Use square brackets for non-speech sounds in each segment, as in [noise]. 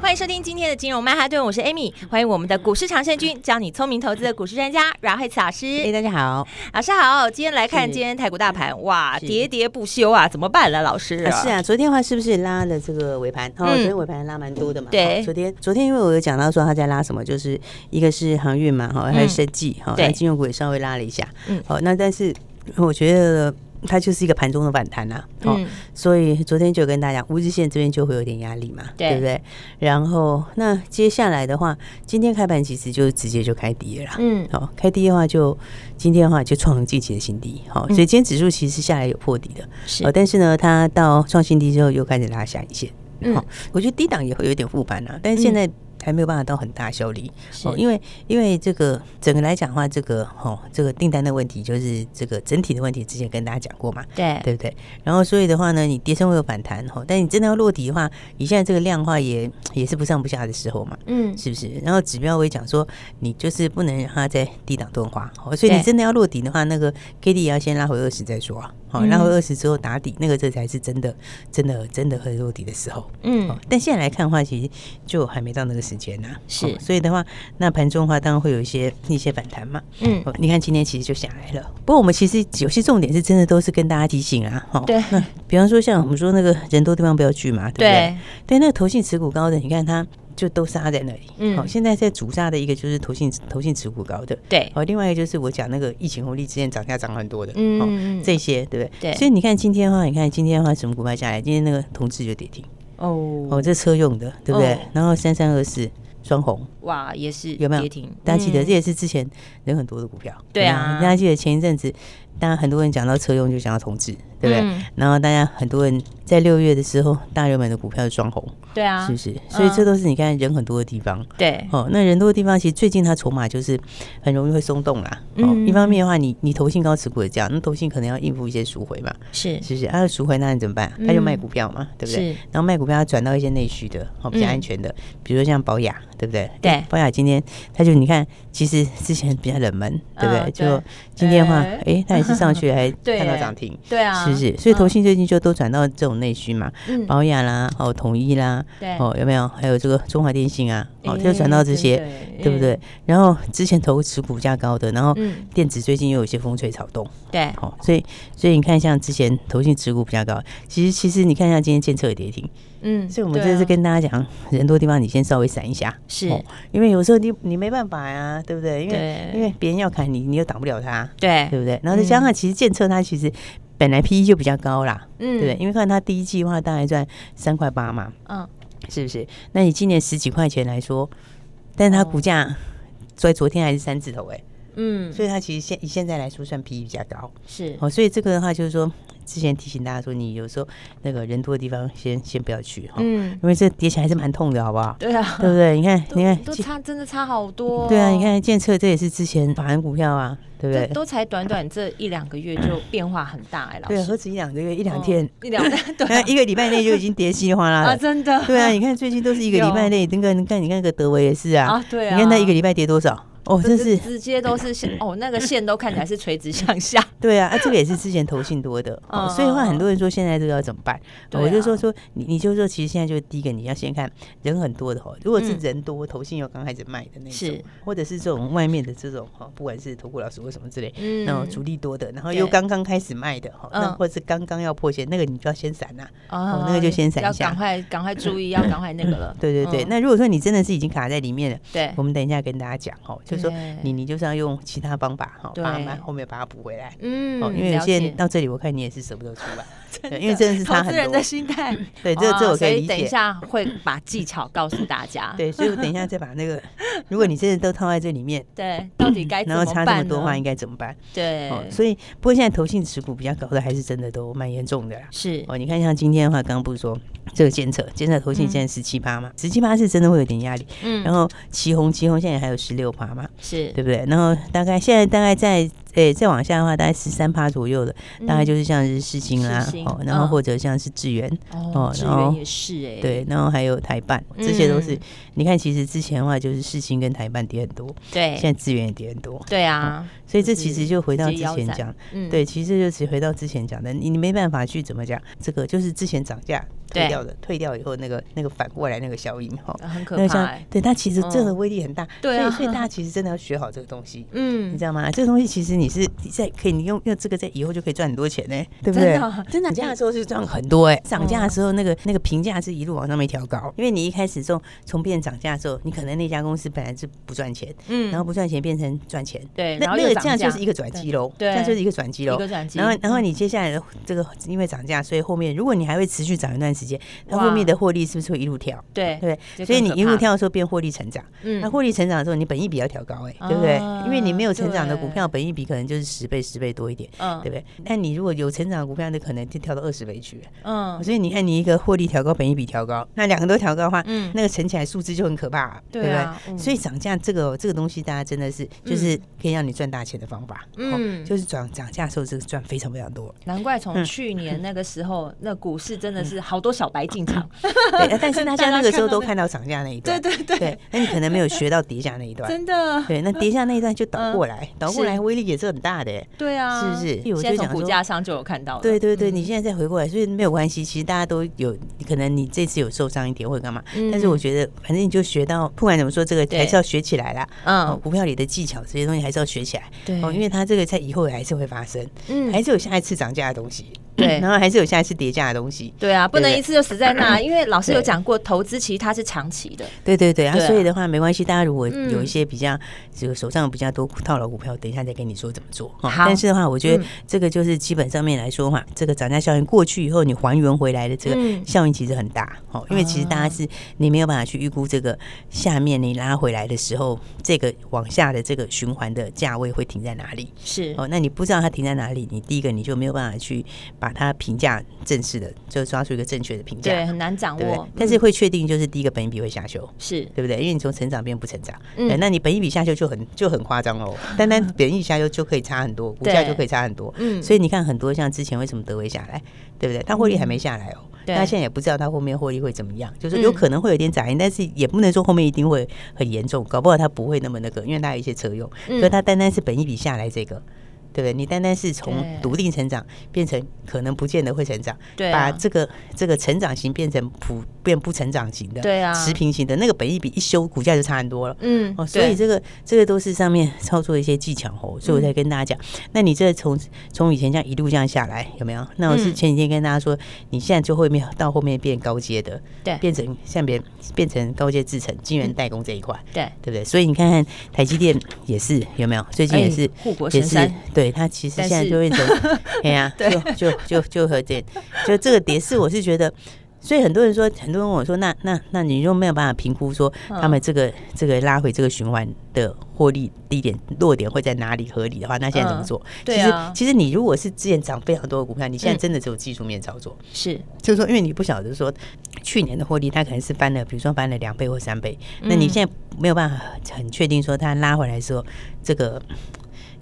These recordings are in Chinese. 欢迎收听今天的金融曼哈顿，我是 Amy，欢迎我们的股市常胜嗯军，教你聪明投资的股市专家阮慧慈老哎、师。啊大家好，老师好，哦今天来看是今天台股大盘，哇，是喋喋不休啊，怎么办了，老师、嗯啊是，啊，昨天的话是不是拉了这个尾盘？嗯哦，昨天尾盘拉蛮多的嘛。对哦昨天昨天因为我有讲到说他在拉什么，就是一个是航运嘛，哦哈，还有生技，哈、嗯对那金融股也稍微拉了一下。嗯哦，那但是我觉得它就是一个盘中的反弹呐、哦，嗯，所以昨天就跟大家，五日线这边就会有点压力嘛，对不对？然后那接下来的话，今天开盘其实就直接就开低了啦。嗯，好、开低的话就今天的话就创近期的新低，好、嗯所以今天指数其实下来有破底的，是哦，但是呢，它到创新低之后又开始拉下影线，嗯好我觉得低档也会有点复盘啊，但是现在还没有办法到很大效力，哦，因为因为这个整个来讲的话，这个哦这个订单的问题就是这个整体的问题，之前跟大家讲过嘛，对，对不对？然后所以的话呢，你跌升会有反弹哈，但你真的要落底的话，你现在这个量的话也也是不上不下的时候嘛，嗯，是不是？然后指标我也讲说，你就是不能让它在低档钝化，哦，所以你对真的要落底的话，那个 K D 也要先拉回二十再说啊，好、嗯拉回二十之后打底，那个这才是真的真的真的会落底的时候。哦嗯，，但现在来看的话，其实就还没到那个时间呐、是哦所以的话，那盘中的话当然会有一些一些反弹嘛。嗯，哦，你看今天其实就下来了。不过我们其实有些重点是真的都是跟大家提醒啊，哦，对，比方说像我们说那个人多地方不要聚嘛，对不对？对，对，那个投信持股高的，你看它就都杀在那里。嗯好、现在在主杀的一个就是投信投信持股高的，对，好、另外一个就是我讲那个疫情红利之前涨价涨很多的，嗯哦嗯嗯这些对不对？对所以你看今天的话，你看今天的话什么股票下来？今天那个同志就跌停，哦哦，，这车用的，对不对？哦然后三三二四双红，哇，也是有没有跌停？大家记得，嗯这也是之前人很多的股票。对啊大家记得前一阵子，大家很多人讲到车用就讲到同志，对不对？嗯然后大家很多人在六月的时候，大热门的股票是双红，对啊，是不是？所以这都是你看人很多的地方。对，哦，那人多的地方，其实最近它筹码就是很容易会松动啦。哦，嗯一方面的话你，你投信高持股也这样，那投信可能要应付一些赎回嘛，是是不是？啊，赎回那你怎么办？他就卖股票嘛，对不对嗯是？然后卖股票，它转到一些内需的，哦，比较嗯安全的，比如说像宝雅，对不对？对诶宝雅今天它就你看，其实之前比较冷门，对不对？嗯就对今天的话，哎诶，它也是上去 [laughs] 还对看到涨停。对啊，是不是？所以嗯投信最近就都转到这种内需嘛，嗯保雅啦，哦，统一啦，对哦，有没有？还有这个中华电信啊，哦，诶就转到这些，真的耶对不对？然后之前投持股价高的，然后嗯电子最近又有一些风吹草动，对，哦，所以所以你看，像之前投信持股比较高，其实其实你看一下今天建设也跌停，嗯，所以我们对这啊次跟大家讲，人多地方你先稍微闪一下，是哦因为有时候你你没办法呀、对不对？因为对因为别人要砍你，你又挡不了他，对对不对？然后再加上其实建测它其实本来 P E 就比较高啦，嗯对不对？因为看它第一季的话大概赚三块八嘛，嗯，是不是？那你今年十几块钱来说，但它哦股价在昨天还是三字头哎、嗯，所以它其实现以现在来说算 P E 比较高是哦，所以这个的话就是说，之前提醒大家说，你有时候那个人多的地方先先不要去哈，嗯，因为这跌起来还是蛮痛的，好不好？对啊， [laughs] 对不对？你看， [laughs] 都你看都建，差真的差好多、对啊，你。看建策这也是之前法人股票啊，对不都对？都才短短这一两个月就变化很大哎、老对，师，何止一两个月，一一两天，一两对 [laughs] 那啊一个礼拜内就已经跌稀里哗啦 [laughs] 啊，了。真的对啊，你看最近都是一个礼拜内，那个你看你看那个德维也是啊啊，，对啊，你看他一个礼拜跌多少？哦，就真是直接都是 [laughs] 线哦，那个线都看起来是垂直向下，对啊，啊，这个也是之前投信 [laughs] 多的，哦嗯所以的话嗯很多人说现在这个要怎么办？哦对啊我就说说你你就说，其实现在就第一个你要先看人很多的哦，如果是人多，投信又刚开始卖的那种嗯是，或者是这种外面的这种哈，哦不管是投顾老师或什么之类。嗯那种主力多的，然后对又刚刚开始卖的哈，那嗯或者是刚刚要破线，那个你就要先闪呐。啊哦那个就先闪一要下赶快赶快注意，要赶快那个了，对对对，嗯那如果说你真的是已经卡在里面了，对我们等一下跟大家讲哦，就是说对你你就是要用其他方法哈，对把它慢后面把它补回来。嗯哦，因为有些人了解到这里，我看你也是舍不得出 [laughs] 来，对，因为的真的是差投很资人多的。心态，对，这这哦我可所以理等一解。下会把技巧告诉大家， [laughs] 对，所以我等一下再把那个如果你真的都套在这里面，对，到底哎该怎然么后办差这么多呢话，应该怎么办？对，哦，所以不过现在投信持股比较高的，还是真的都蛮严重的啦。是哦，你看像今天的话，刚刚不是说这个监测，监测投信现在十七趴嘛，十七趴是真的会有点压力。然嗯后旗红，旗红现在还有十六趴嘛，是对不对？然后大概现在大概在诶再往下的话，大概十三趴左右的，嗯大概就是像是世金啦世芯，哦，然后嗯或者像是智源，哦哦，志然后远也是哎，对，然后还有台办，这些都是嗯你看，其实之前的话就是世新跟台办跌很多，现对在资源也跌很多，对啊，所以这就是其实就回到直之接腰前斩讲，嗯哦对，其实就是回到之前讲的，你你没办法去怎么讲，这个就是之前涨价对退掉的，退掉以后那个那个反过来那个效应哈。啊很可那怕像欸，对它其实这个嗯威力很大，对啊所以所以大家其实真的要学好这个东西，嗯你知道吗？这个东西其实你是你在可以，你用用这个在以后就可以赚很多钱呢、对不真对？的嗯啊真的涨价的时候是赚很多哎、涨价的时候那个那个评价是一路往上面调高，因为你一开始从从变涨价的时候，你可能那家公司本来是不赚钱，嗯，然后不赚钱变成赚钱，对，然那后那又个涨这样价就是一个转机喽，对这样就是一个转机一喽。个转机，然后，然后嗯你接下来的这个因为涨价，所以后面如果你还会持续涨一段时间，那哇后面的获利是不是会一路跳？对对，这所以更你可一路怕跳的时候变获利成长，嗯那获利成长的时候，你本益比要调高哎、对不对？啊因为你没有成长的股票，对本益比可能就是十倍、十倍多一点，嗯对不对？但你如果有成长的股票，那可能就跳到二十倍去。嗯所以你看，你一个获利调高，本益比调高，那两个都调高的话，嗯那个乘起来数字就很可怕、对不对？啊嗯所以涨价这个这个东西，大家真的是就是可以让你赚大钱的方法，哦嗯就是涨涨价的时候，这个赚非常非常多。难怪从嗯去 [laughs] 年那个时候，那股市真的是好多小白进场，对，但是大家那个时候 [laughs] 大都家看到涨价那一段，对对对对，那你可能没有学到跌价那 [laughs] 一段。真的，嗯对，那跌价那一段就倒过来，倒过嗯是来威力也是很大的、欸。对啊，是不是现在我就从想股说价上就有看到了，对对对，嗯你现在再回过来，所以没有关系。其实大家都有，可能你这次有受伤一点或者干嘛，嗯但是我觉得反正你就学到，不管怎么说，这个对还是要学起来啦。哦，嗯，股票里的技巧这些东西还是要学起来。对哦，因为它这个在以后还是会发生，嗯还是有下一次涨价的东西，对然后还是有下一次跌价的东西。对啊，不对能对一次就死在 [clears throat] 那，因为老师有对讲过，投资其实它是长期的，对对对啊，对啊所以的话没关系，大家如果嗯有一些比较这个手上比较多套牢股票，等一下再跟你说怎么做。哦好但是的话，我觉得嗯这个就是基本上面来说嘛，这个涨价效应过去以后，你还原回来的这嗯个效应其实很大哦，因为其实大家是你没有办法去预估这个下面你拉回来的时候，这个往下的这个循环的价位会停在哪里。是哦，那你不知道它停在哪里，你第一个你就没有办法去把它评价正式的，就抓出一个正确的评价，对，很难掌对不握嗯对，？但是会确定就是第一个本益比会下修，是对不对？因为你从成长变不成长，嗯对那你本益比下修就很就很夸 [laughs] 张喽。单单本益比下修就可以差很多，股价对就可以差很多。嗯所以你看很多像之前为什么德威下来，对不对？它获利还没下来哦。嗯对那现在也不知道它后面获利会怎么样，就是嗯有可能会有点杂音，但是也不能说后面一定会很严重，搞不好它不会那么那个，因为它有一些车用，嗯可是它单单是本益比下来这个。对不对？你单单是从对独立成长变成可能不见得会成长，对啊把这个这个成长型变成普变不成长型的，对啊持平型的那个本益比一修，股价就差很多了。嗯哦，所以对这个这个都是上面操作一些技巧哦，所以我才跟大家讲，那你这从从以前这样一路这样下来，有没有？那我是嗯嗯前几天跟大家说，你现在就后面到后面变高阶的，对变成像别变成高阶制程、晶圆代工这一块，对对不对？所以你看看台积电也是有没有？最近也哎是护国也神是山，对它其实但现在是就变成， [laughs] 哎呀，对就就就就和这就这个跌势，我是觉得。所以很多人说，很多人问我说，那那那你就没有办法评估说嗯他们这个、这个拉回这个循环的获利低点落点会在哪里合理的话，那现在怎么嗯做？对啊其实其实你如果是之前涨非常多的股票，你现在嗯真的只有技术面操作，是就是说，因为你不晓得说去年的获利，它可能是翻了，比如说翻了两倍或三倍，那你嗯现在没有办法很确定说它拉回来的时候，这个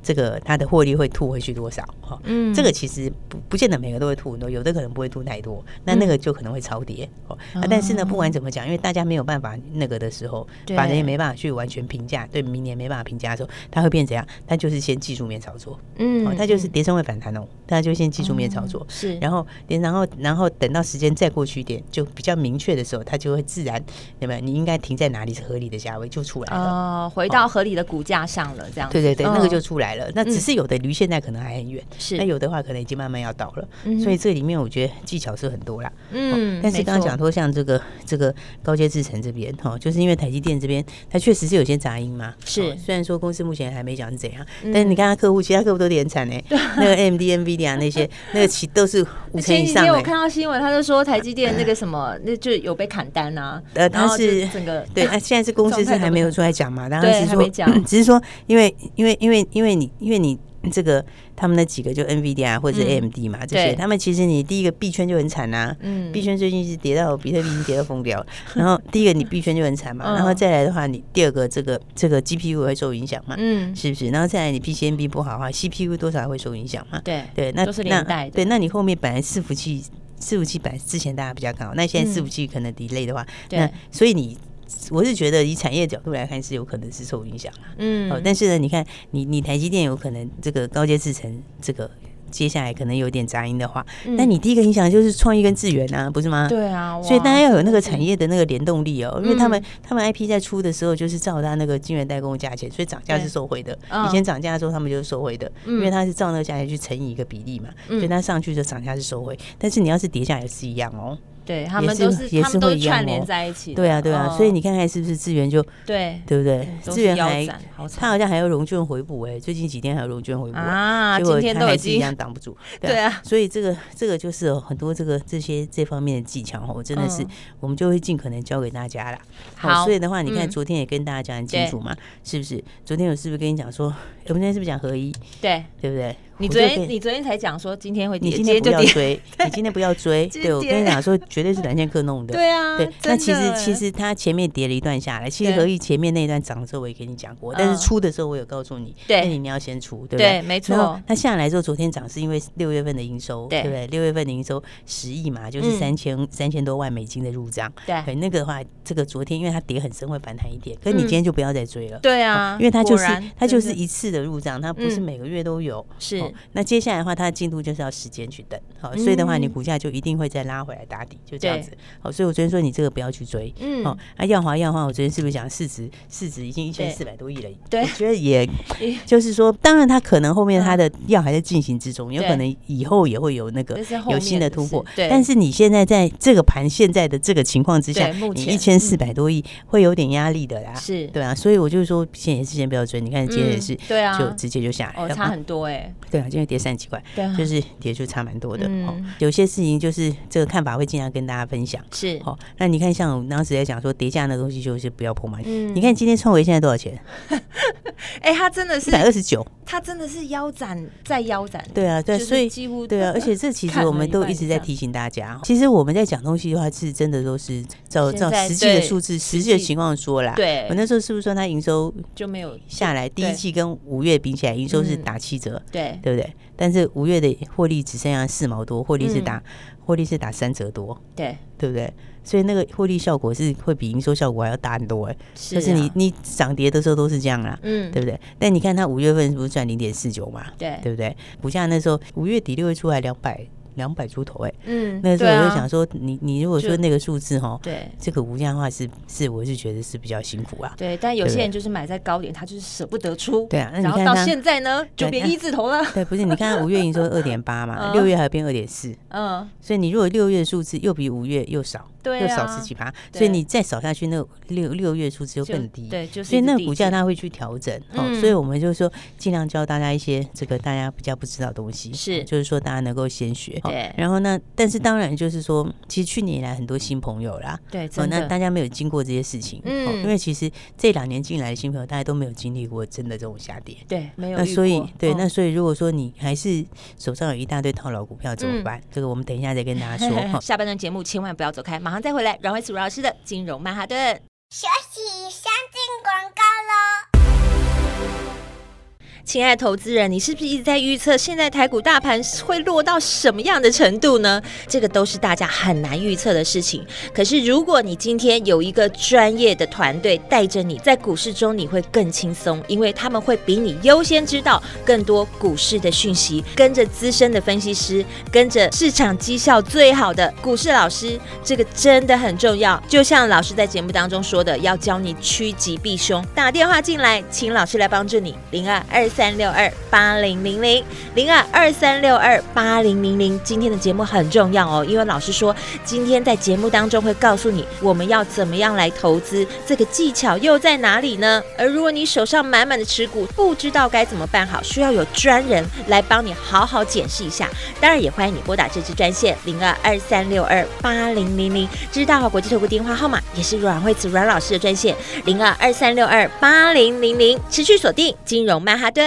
这个它的获利会吐回去多少哈。嗯这个其实不不见得每个都会吐很多，有的可能不会吐太多，那嗯那个就可能会超跌哦、啊但是呢，不管怎么讲，因为大家没有办法那个的时候，对法人也没办法去完全评价，对明年没办法评价的时候，它会变怎样？它就是先技术面操作，哦嗯，它就是跌升会反弹哦，它就先技术面操作。是，然后，然后，然后等到时间再过去一点，就比较明确的时候，它就会自然，有没有？你应哦该停在哪里是合理的价位就出来了。呃，回到合理的股价上了，这样对对对，那个嗯就出来来了。那只是有的离现在可能还很远，是那有的话可能已经慢慢要到了。嗯哼所以这里面我觉得技巧是很多啦。哦嗯，但是没刚刚错讲说，像这个这个高阶制程这边哈、哦，就是因为台积电这边它确实是有些杂音嘛。是哦虽然说公司目前还没讲是怎样，嗯但是你看它客户，其他客户都连产 [laughs] 哎、那个 AMD、NVIDIA 啊那些，那个其都是五成前以几上天我哎、看到新闻，他就说台积电那个什么，那就有被砍单啊，呃，然它后就是整个 [laughs] 对，那现在是公司状态是都还不没有太出来讲嘛，当对然是还说嗯没讲只是说因为因为因为因为你因为你嗯这个他们那几个就 NVIDIA 啊或嗯者 AMD 嘛、这些，对他们其实你第一个币圈就很惨啊。嗯币圈最近是跌到比特币已经跌到疯掉了，然后第一个你币圈就很惨嘛，嗯然后再来的话，你第二个这个这个 GPU 会受影响嘛，嗯，是不是？然后再来你 PCNB 不好的话，CPU 多少还会受影响嘛？对对，那都是那连带的对，那你后面本来伺服器，伺服器本来之前大家比较看好，那现嗯在伺服器可能 delay 的话，对那所以你我是觉得以产业角度来看是有可能是受影响啦。嗯哦，但是呢，你看你你台积电有可能这个高阶制程这个。接下来可能有点杂音的话，嗯那嗯你第一个影响就是创意跟智源啊，不是吗？对啊，所以哇大家要有那个产业的那个联动力哦，因为他们嗯他们 IP 在出的时候就是照它那个晶圆代工的价钱，所以涨价是对受惠的。嗯以前涨价的时候他们就是受惠的，因为它是照那个价钱去乘以一个比例嘛，所嗯以它上去就涨价是受惠。但是你要是跌下也是一样哦。对他也们是都是也他是们都会一样串哦联在一起的，对啊，对啊，哦所以你看看是不是资源就对对不对？都资是源腰还斩好惨它好像还有融券回补哎，最近几天还有融券回补啊，结今果天它都还已是一经样挡不 [laughs] 住，对啊，所以这个这个就是有很多这个这些这方面的技巧哦，真的是嗯我们就会尽可能教给大家啦。哦好所以的话，你看嗯昨天也跟大家讲很清楚嘛，是不是？昨天我是不是跟你讲说，我们今天是不是讲合一，对对不对？你我昨就跟天你昨天才讲说今天会跌，你今天不要就跌，追，你今天不要 [laughs] 追，今对天我跟跌你讲说，绝对是蓝线客弄的。对啊，对，那真其实的其实它前面跌了一段下来，其实对合意前面那一段涨的时候我也跟你讲过，但嗯是出的时候我有告诉你，对那你你要先出，对不对对？没然后错，它下来之后，昨天涨是因为六月份的营收，对对不对？六月份的营收十亿嘛，就是嗯哎三千三千多万美金的入账，对那个的话，这个昨天因为它跌很深会反弹一点，可是嗯你今天就不要再追了。对啊哦，因为它就果是然它就是真的一次的入账，它不是嗯每个月都有。是嗯哦那接下来的话，它的进度就是要时间去等。好、所以的话，你股价就一定会再拉回来打底，就这样对子。好、所以我昨天说你这个不要去追。嗯哦，那耀华耀华，我昨天是不是讲市值市值已经一千四百多亿了？对我觉 [laughs] 得也就是说，当然它可能后面它的药还在进行之中，有嗯对可能以后也会有那个这是后有面新的突破的事。对但是你现在在这个盘现在的这个情况之下，对目你前嗯一千四百多亿会有点压力的啦。是对啊，所以我就说，现在是先不要追，你看今天也嗯是，对啊就直接就下来哦了嘛，差很多哎，对啊，今天跌三十几块，对啊就是跌就差蛮多的。嗯哦，有些事情就是这个看法会尽量跟大家分享。是哦，那你看，像我当时在讲说跌价那个东西，就是不要破嘛。嗯你看今天创维现在多少钱？哎，他真的一是百二十九。他真的是腰斩再腰斩，对啊，对啊，就是所以几乎对啊，而且这其实看了我们一都半一以直在上提醒大家，哦其实我们在讲东西的话，是真的都是照现照在实际的对数字、实实际的际情况说啦。对我那时候是不是说它营收就没有下来，第一对季跟五月比起来，营收是嗯打七折，对对不对？但是五月的获利只剩下四毛多，获利是嗯打、获利是打三折多，对对不对？所以那个获利效果是会比营收效果还要大很多哎、是就啊，是你你涨跌的时候都是这样啦，嗯对不对？但你看它五月份是不是赚零点四九嘛？对对不对？股价那时候五月底六月出来两百两百出头哎、嗯那时对候我啊就想说，你你如果就说那个数字哈，对这个股价的话是是我是觉得是比较辛苦啊。对，但有对不些对人就是买在高点，他就是舍不得出。对啊那你然后看到他现在呢，就对变那一字头了。对，不是你看五月营收二点八嘛， [laughs] 嗯六月还变二点四，嗯，所以你如果六月数字又比五月又少，对又少啊十几趴，对所以你再少下去，那六六月数字就更低。对，就是所以一直那个递股价减它会去调整，嗯哦，所以我们就是说尽量教大家一些这个大家比较不知道的东西，是哦就是说大家能够先学。哦对然后呢，但是当然就是说，其实去年以来很多新朋友啦，对，哦，真那的大家没有经过这些事情，哦嗯因为其实这两年进来的新朋友，大家都没有经历过真的这种下跌。对，没有那遇所以过哦对，嗯那所以如果说你还是手上有一大堆套牢股票怎么嗯办？这个我们等一下再跟大 [laughs] 家说哈。下半段节目千万不要走开，马上再回来。阮慧慈老师的金融曼哈顿。休息，先进广告喽。亲爱的投资人，你是不是一直在预测现在台股大盘会落到什么样的程度呢？这个都是大家很难预测的事情。可是如果你今天有一个专业的团队带着你，在股市中你会更轻松，因为他们会比你优先知道更多股市的讯息，跟着资深的分析师，跟着市场绩效最好的股市老师，这个真的很重要。就像老师在节目当中说的，要教你趋吉避凶。打电话进来，请老师来帮助你，零二二三六二八零零零零二二三六二八零零零。今天的节目很重要哦，因为老师说今天在节目当中会告诉你我们要怎么样来投资，这个技巧又在哪里呢？而如果你手上满满的持股，不知道该怎么办好，需要有专人来帮你好好检视一下。当然也欢迎你拨打这支专线零二二三六二八零零零，这是大华国际投顾电话号码，也是阮慧慈阮老师的专线零二二三六二八零零零，持续锁定金融曼哈顿。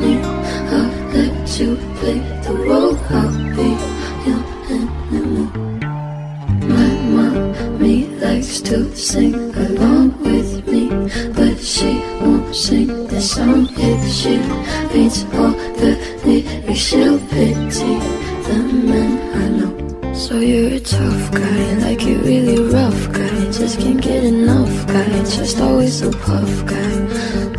me. I'll let you play the role, I'll be your animal. My mommy likes to sing along with me, but she won't sing the song if she reads all the lyrics. She'll pity the men I know. So you're a tough guy, like you really rough guy. Just can't get enough guy, just always so puff guy.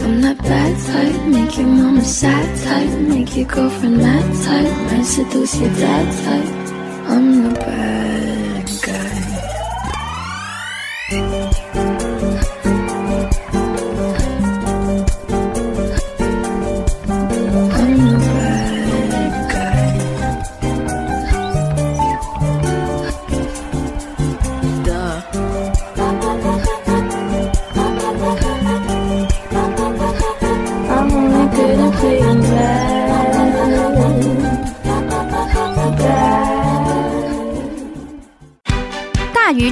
I'm that bad type, make your mama sad type, make your girlfriend mad type, might seduce your dad type. I'm the bad guy. I'm the bad guy. I'm only good at playing bad. Bad. 大鱼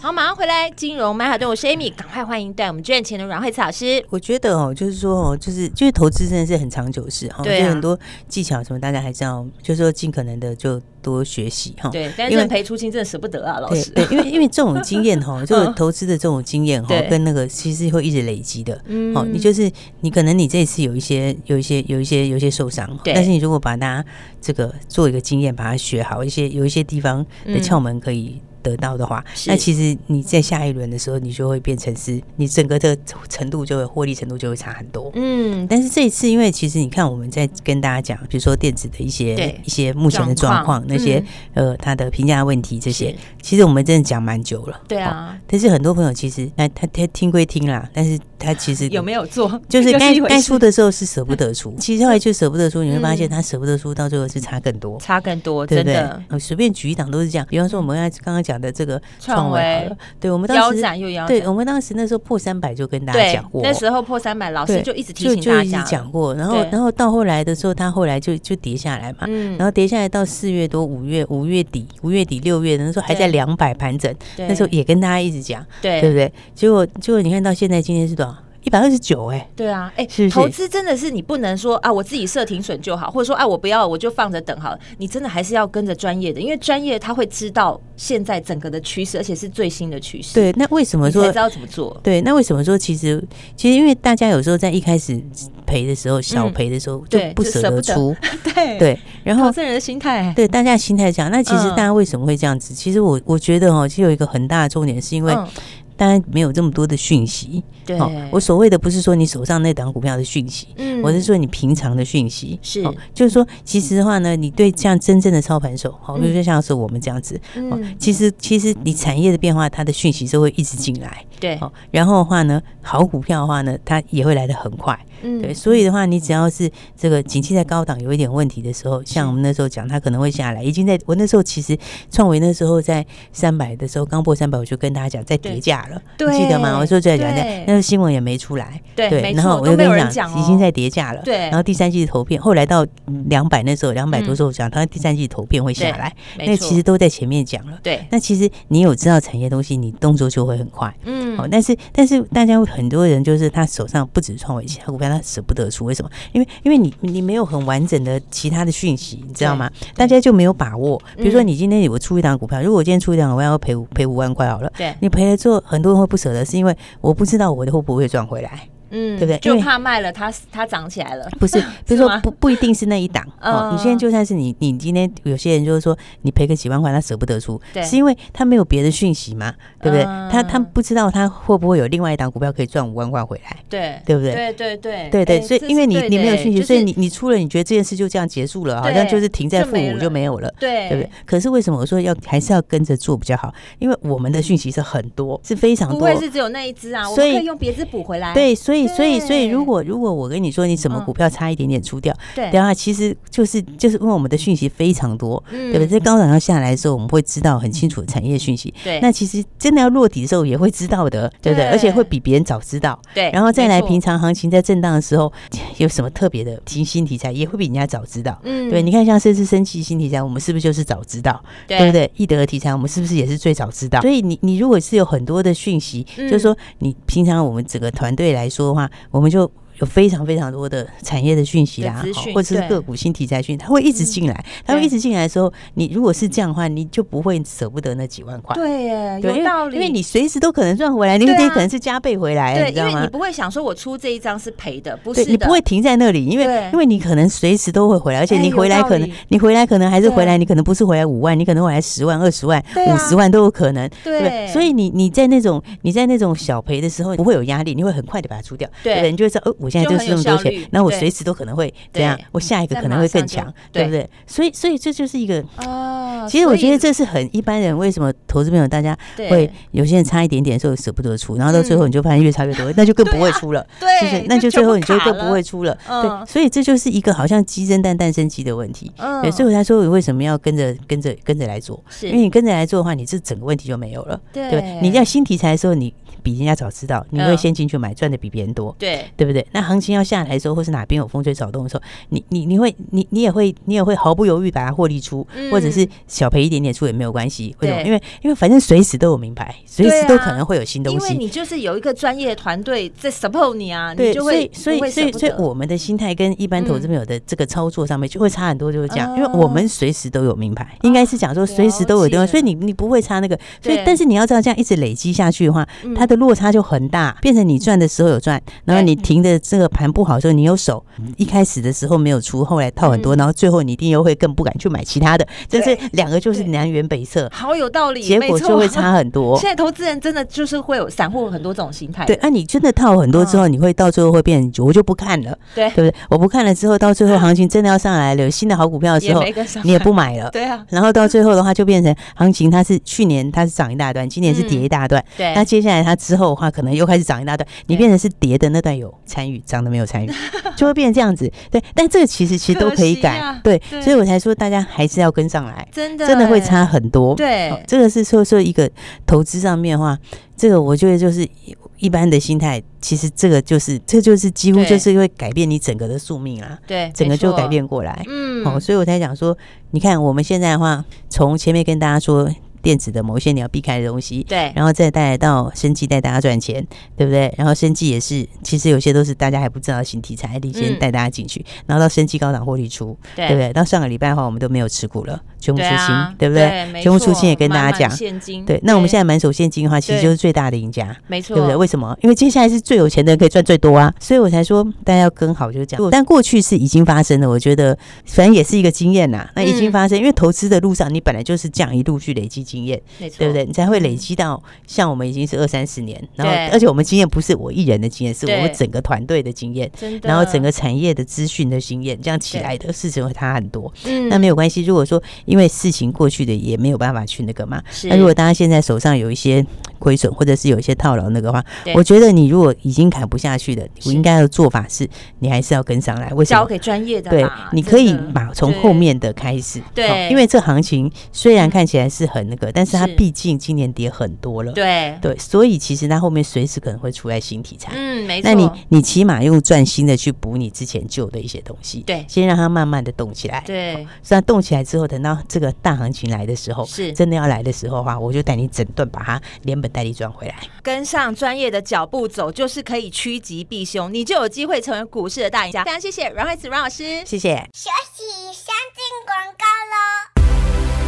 好，马上回来，金融曼哈顿，我是 Amy，赶快欢迎带我们赚钱的阮慧慈老师。我觉得哦，就是说哦，就是就是投资真的是很长久的事哈，对啊就很多技巧什么，大家还是要就是说尽可能的就多学习哈。对，但因是为认赔出清真的舍不得啊，老对师。嗯对，因为因为这种经验 [laughs] 哈，就是投资的这种经验哈对，嗯跟那个其实会一直累积的。嗯哦，你就是你可能你这一次有一些有一些有一些有一些受伤，对但是你如果把它这个做一个经验，把它学好，一些有一些地方的窍门可以。得到的话，嗯是那其实你在下一轮的时候，你就会变成是你整个的程度就会获利程度就会差很多。嗯，但是这一次，因为其实你看我们在跟大家讲，比如说电子的一些对一些目前的状状况嗯况，那些、呃它的评价问题这些，其实我们真的讲蛮久了。对哦。啊，但是很多朋友其实，那他他听归听啦，但是他其实有没有做，就 [laughs] 是又该一回该事嗯出的时候是舍不得出，其实后来就舍不得出，你会发现他舍不得出到最后是差更多。差更多，对真不对的？呃随便举一档都是这样。比方说我们刚刚讲的这个创创维好维了，对我们腰当时斩又腰对斩。我们当时那时候破三百就跟大家对讲过，，那时候破三百，老师对就一直提就醒就大一直家。讲过，然后对然后到后来的时候，它后来就就跌下来嘛，嗯然后跌下来到四月多、五月、五月底、五月底、六月的那时候还在对两百盘整，对那时候也跟大家一直讲，对对不对？结果结果你看到现在今天是多少？一百二十九哎，对啊，哎、是不是投资真的是你不能说啊，我自己设停损就好，或者说啊，我不要我就放着等好了。你真的还是要跟着专业的，因为专业他会知道现在整个的趋势，而且是最新的趋势。，对，那为什么你才说知道怎么做。对，那为什么说其实其实因为大家有时候在一开始赔的时候，小嗯赔的时候就对不就舍舍得不得出，对， [laughs] 对，然后投资人的心态，对大家心态讲，那其实嗯大家为什么会这样子？其实我我觉得哦，其实有一个很大的重点，是因为嗯大家没有这么多的讯息。对哦，我所谓的不是说你手上那档股票的讯息，嗯我是说你平常的讯息。哦是嗯就是说，其实的话呢，你对像真正的操盘手，好、比如说像是我们这样子，哦嗯，其实其实你产业的变化，它的讯息是会一直进来，对，哦，然后的话呢，好股票的话呢，它也会来得很快，嗯对，所以的话，你只要是这个景气在高档有一点问题的时候，像我们那时候讲，它可能会下来。已经在我那时候，其实创维那时候在三百的时候，刚破三百，我就跟大家讲在对跌价了，对你记得吗？我说在讲价对，那时候新闻也没出来，对没然错后我都没就跟有你人讲，讲已哦经在跌价了，对嗯然后第三季的投片，后来到两百那时候，两百多时候讲，它第三季投片会下对来，没那错其实都在前面讲了。对，那其实你有知道产业东西，你动作就会很快。嗯哦，但是但是大家会很多人就是他手上不止创维其他股票，他舍不得出，为什么？因为因为你你没有很完整的其他的讯息，你知道吗？大家就没有把握。比如嗯说你今天我出一档股票，如果我今天出一档股票要赔五赔五万块好了，对你赔了之后，很多人会不舍得，是因为我不知道我的会不会赚回来。嗯，对不对因就为怕卖了它，它涨起来了，不 [laughs] 是，不是吗说不不一定是那一档哦。你现在嗯就算是你，你今天有些人就是说你赔个几万块，他舍不得出对，是因为他没有别的讯息嘛，对不对？他他嗯不知道他会不会有另外一档股票可以赚五万块回来。对对不对对对对对对，哎所以这因为是你对你没有的讯息，就所以是你你出了，你觉得这件事就这样结束了，好像对就是停在就负没五就了没有了。对对不对？可是为什么我说要还是要跟着做比较好？因为我们的讯息是很多，是非常嗯不多会。是只有那一只啊，我所们以可以用别只补回来。对，所以所以所以，如对果如果我跟你说你什么嗯股票差一点点出掉，对的话，其实就是就是因为我们的讯息非常多，嗯对不对？在高档要下来的时候，我们会知道很清楚的产业讯息。对那其实真的要落底的时候也会知道的，对不对？而且会对比别人早知道。对然后再没来错平常行情在震荡的时候，有什么特别的题新题材，也会比人家早知道。嗯对，你看像这次升息新题材，我们是不是就是早知道？对对不对？易德的题材，我们是不是也是最早知道？所以你你如果是有很多的讯息，嗯就是说你平常我们整个团队来说的话，我们就。有非常非常多的产业的讯息啦的资哦讯或者是对嗯个股新题材讯，它会一直进来。它会对一直进来的时候，你如果是这样的话，你就不会舍不得那几万块。对耶，对，有道理，因为因为你随时都可能赚回来，你对啊也可能是加倍回来，对，你因知道为吗你？不会想说我出这一张是赔的，不对是你的不会停在那里，因为对因为你可能随时都会回来，而且哎你有回来道可能理你回来可能还是回对来，你可能不是回来五万，你可能回来十万、二十万、对啊五十万都有可能。对不所以你你在那种你在那种小赔的时候不会有压力，你会很快的把它出掉，对不对？你就会知道，哦，我现在就就是很有这么多效钱率，那我对随时都可能会这样对，我下一个在可能马会上更就强，对对不对？所以所以这就是一个。啊其实我觉得这这是很一般人为什么投资朋友大家对嗯会有些人差一点点的时候舍不得出，然后到最后你就发现越差越多，那就更不会出了，对是不是就那就最后你全就部卡更不会出了，了嗯对，所以这就是一个好像鸡生蛋蛋生鸡的问题，嗯对，所以我才说我为什么要跟着跟着跟着来做，是因为你跟着来做的话，你这整个问题就没有了，对不对？你要新题材的时候，你比人家早知道，你会嗯先进去买，赚的比别人多，对对不对？那行情要下来的时候，或是哪边有风吹草动的时候，你你你会你你也会你也会毫不犹豫把它获利出，嗯或者是小赔一点点出也没有关系。为什么？对因为因为反正随时都有明牌，随对时啊都可能会有新因东为西。你就是有一个专业团队在 support 你啊，你对，就所以会所以不会所以舍不嗯所以得我们的心态跟一般投资朋友的这个操作上面就会差很多，就是这样，因为我们随时都有明牌，应该是讲说随时都有哦了解地方，所以你你不会差那个，所以对嗯但是你要知道这样一直累积下去的话，它的落差就很大，变成你赚的时候有赚，然后你停的这个盘不好的时候，你有手一开始的时候没有出，后来套很嗯多，然后最后你一定又会更不敢去买其他的，这是两个就是南辕北辙，好有道理，结没果错就会差 [laughs] 很多现。在投资人真的就是会有散户有很多这种心态，对，啊，你真的套很多之后，你会到最后会变，我就不看了，嗯对对不对？我不看了之后，到最后行情真的要上来了，有新的好股票的时也候没跟上，你也不 [laughs] 买了，对啊，然后到最后的话，就变成行情它是去年它是涨一大段，今年是跌一大段。对那接下来它之后的话，可能又开始涨一大段，你变成是跌的那段有参与，涨的没有参与， [laughs] 就会变成这样子。对，但这个其实其实都可以可惜改，啊对，对所以我才说大家还是要跟上来，真的真的会欸差很多。对哦这个是说说一个投资上面的话，这个我觉得就是一一般的心态，其实这个就是这就是几乎对就是会改变你整个的宿命啊，对，整个没错就改，变过来。嗯，哦，所以我才讲说，你看我们现在的话，从前面跟大家说电子的某一些你要避开的东西，对，然后再带来到生技带大家赚钱，对不对？然后生技也是，其实有些都是大家还不知道的新题材，领先嗯带大家进去，然后到生技高档获利出，对不啊对？到上个礼拜的话，我们都没有持股了，全部出哎对清，啊，对不没全部出错清也跟大满家满讲。现金，对，那我们现在满手现金的话，其实对就是最大的赢家。没错，对不对？为什么？因为接下来是最有钱的人可以赚最多啊，所以我才说大家要跟好就是这嗯样。但过去是已经发生了，我觉得反正也是一个经验呐。嗯那已经发生，因为投资的路上你本来就是这样一路去累积经验，没错，对不对？？你才会累积到像我们已经是二三十年，然后对而且我们经验不是我一人的经验，是我们对整个团队的经验。真的，然后整个产业的资讯的经验，这样起对来的事情会差很多。嗯那没有关系，如果说因为事情过去的也没有办法去那个嘛，是那如果大家现在手上有一些亏损，或者是有一些套牢那个话对，我觉得你如果已经砍不下去的，是我应该的做法是，你还是要跟上来。为什交么？给专业的对啦，你可以真的把从对后面的开始，对嗯好因为这行情虽然看起来是很那个，但是它是毕竟今年跌很多了，对，对，所以其实它后面随时可能会出来新题材。嗯，没错，那你你起码用赚新的去补你之前旧的一些东西，对先让它慢慢的动起来，对所以它动起来之后，等到这个大行情来的时候，是真的要来的时候的话，我就带你整顿把它连本带利赚回来。跟上专业的脚步走，就是可以趋吉避凶，你就有机会成为股市的大赢家。非常谢谢阮惠慈阮老师。谢谢。休息，先进广告喽。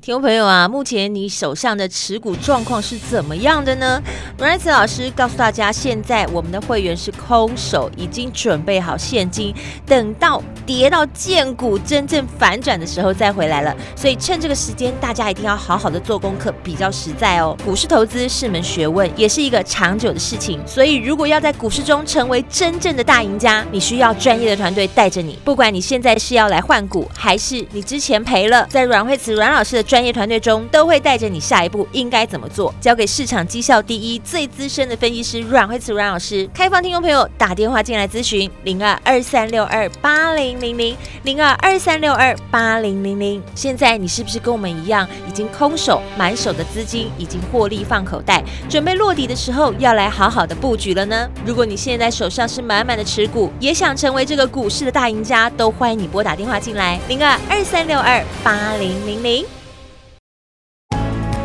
听众朋友啊，目前你手上的持股状况是怎么样的呢？阮瑞慈老师告诉大家，现在我们的会员是空手，已经准备好现金，等到跌到见股真正反转的时候再回来了。所以趁这个时间，大家一定要好好的做功课，比较实在哦。股市投资是门学问，也是一个长久的事情。所以如果要在股市中成为真正的大赢家，你需要专业的团队带着你。不管你现在是要来换股，还是你之前赔了，在阮慧慈阮老师的专业团队中，都会带着你下一步应该怎么做，交给市场绩效第一、最资深的分析师阮慧慈阮老师。开放听众朋友打电话进来咨询零二二三六二八零零零零二二三六二八零零零。现在你是不是跟我们一样，已经空手满手的资金已经获利放口袋，准备落底的时候要来好好的布局了呢？如果你现在手上是满满的持股，也想成为这个股市的大赢家，都欢迎你拨打电话进来零二二三六二八零零零。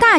大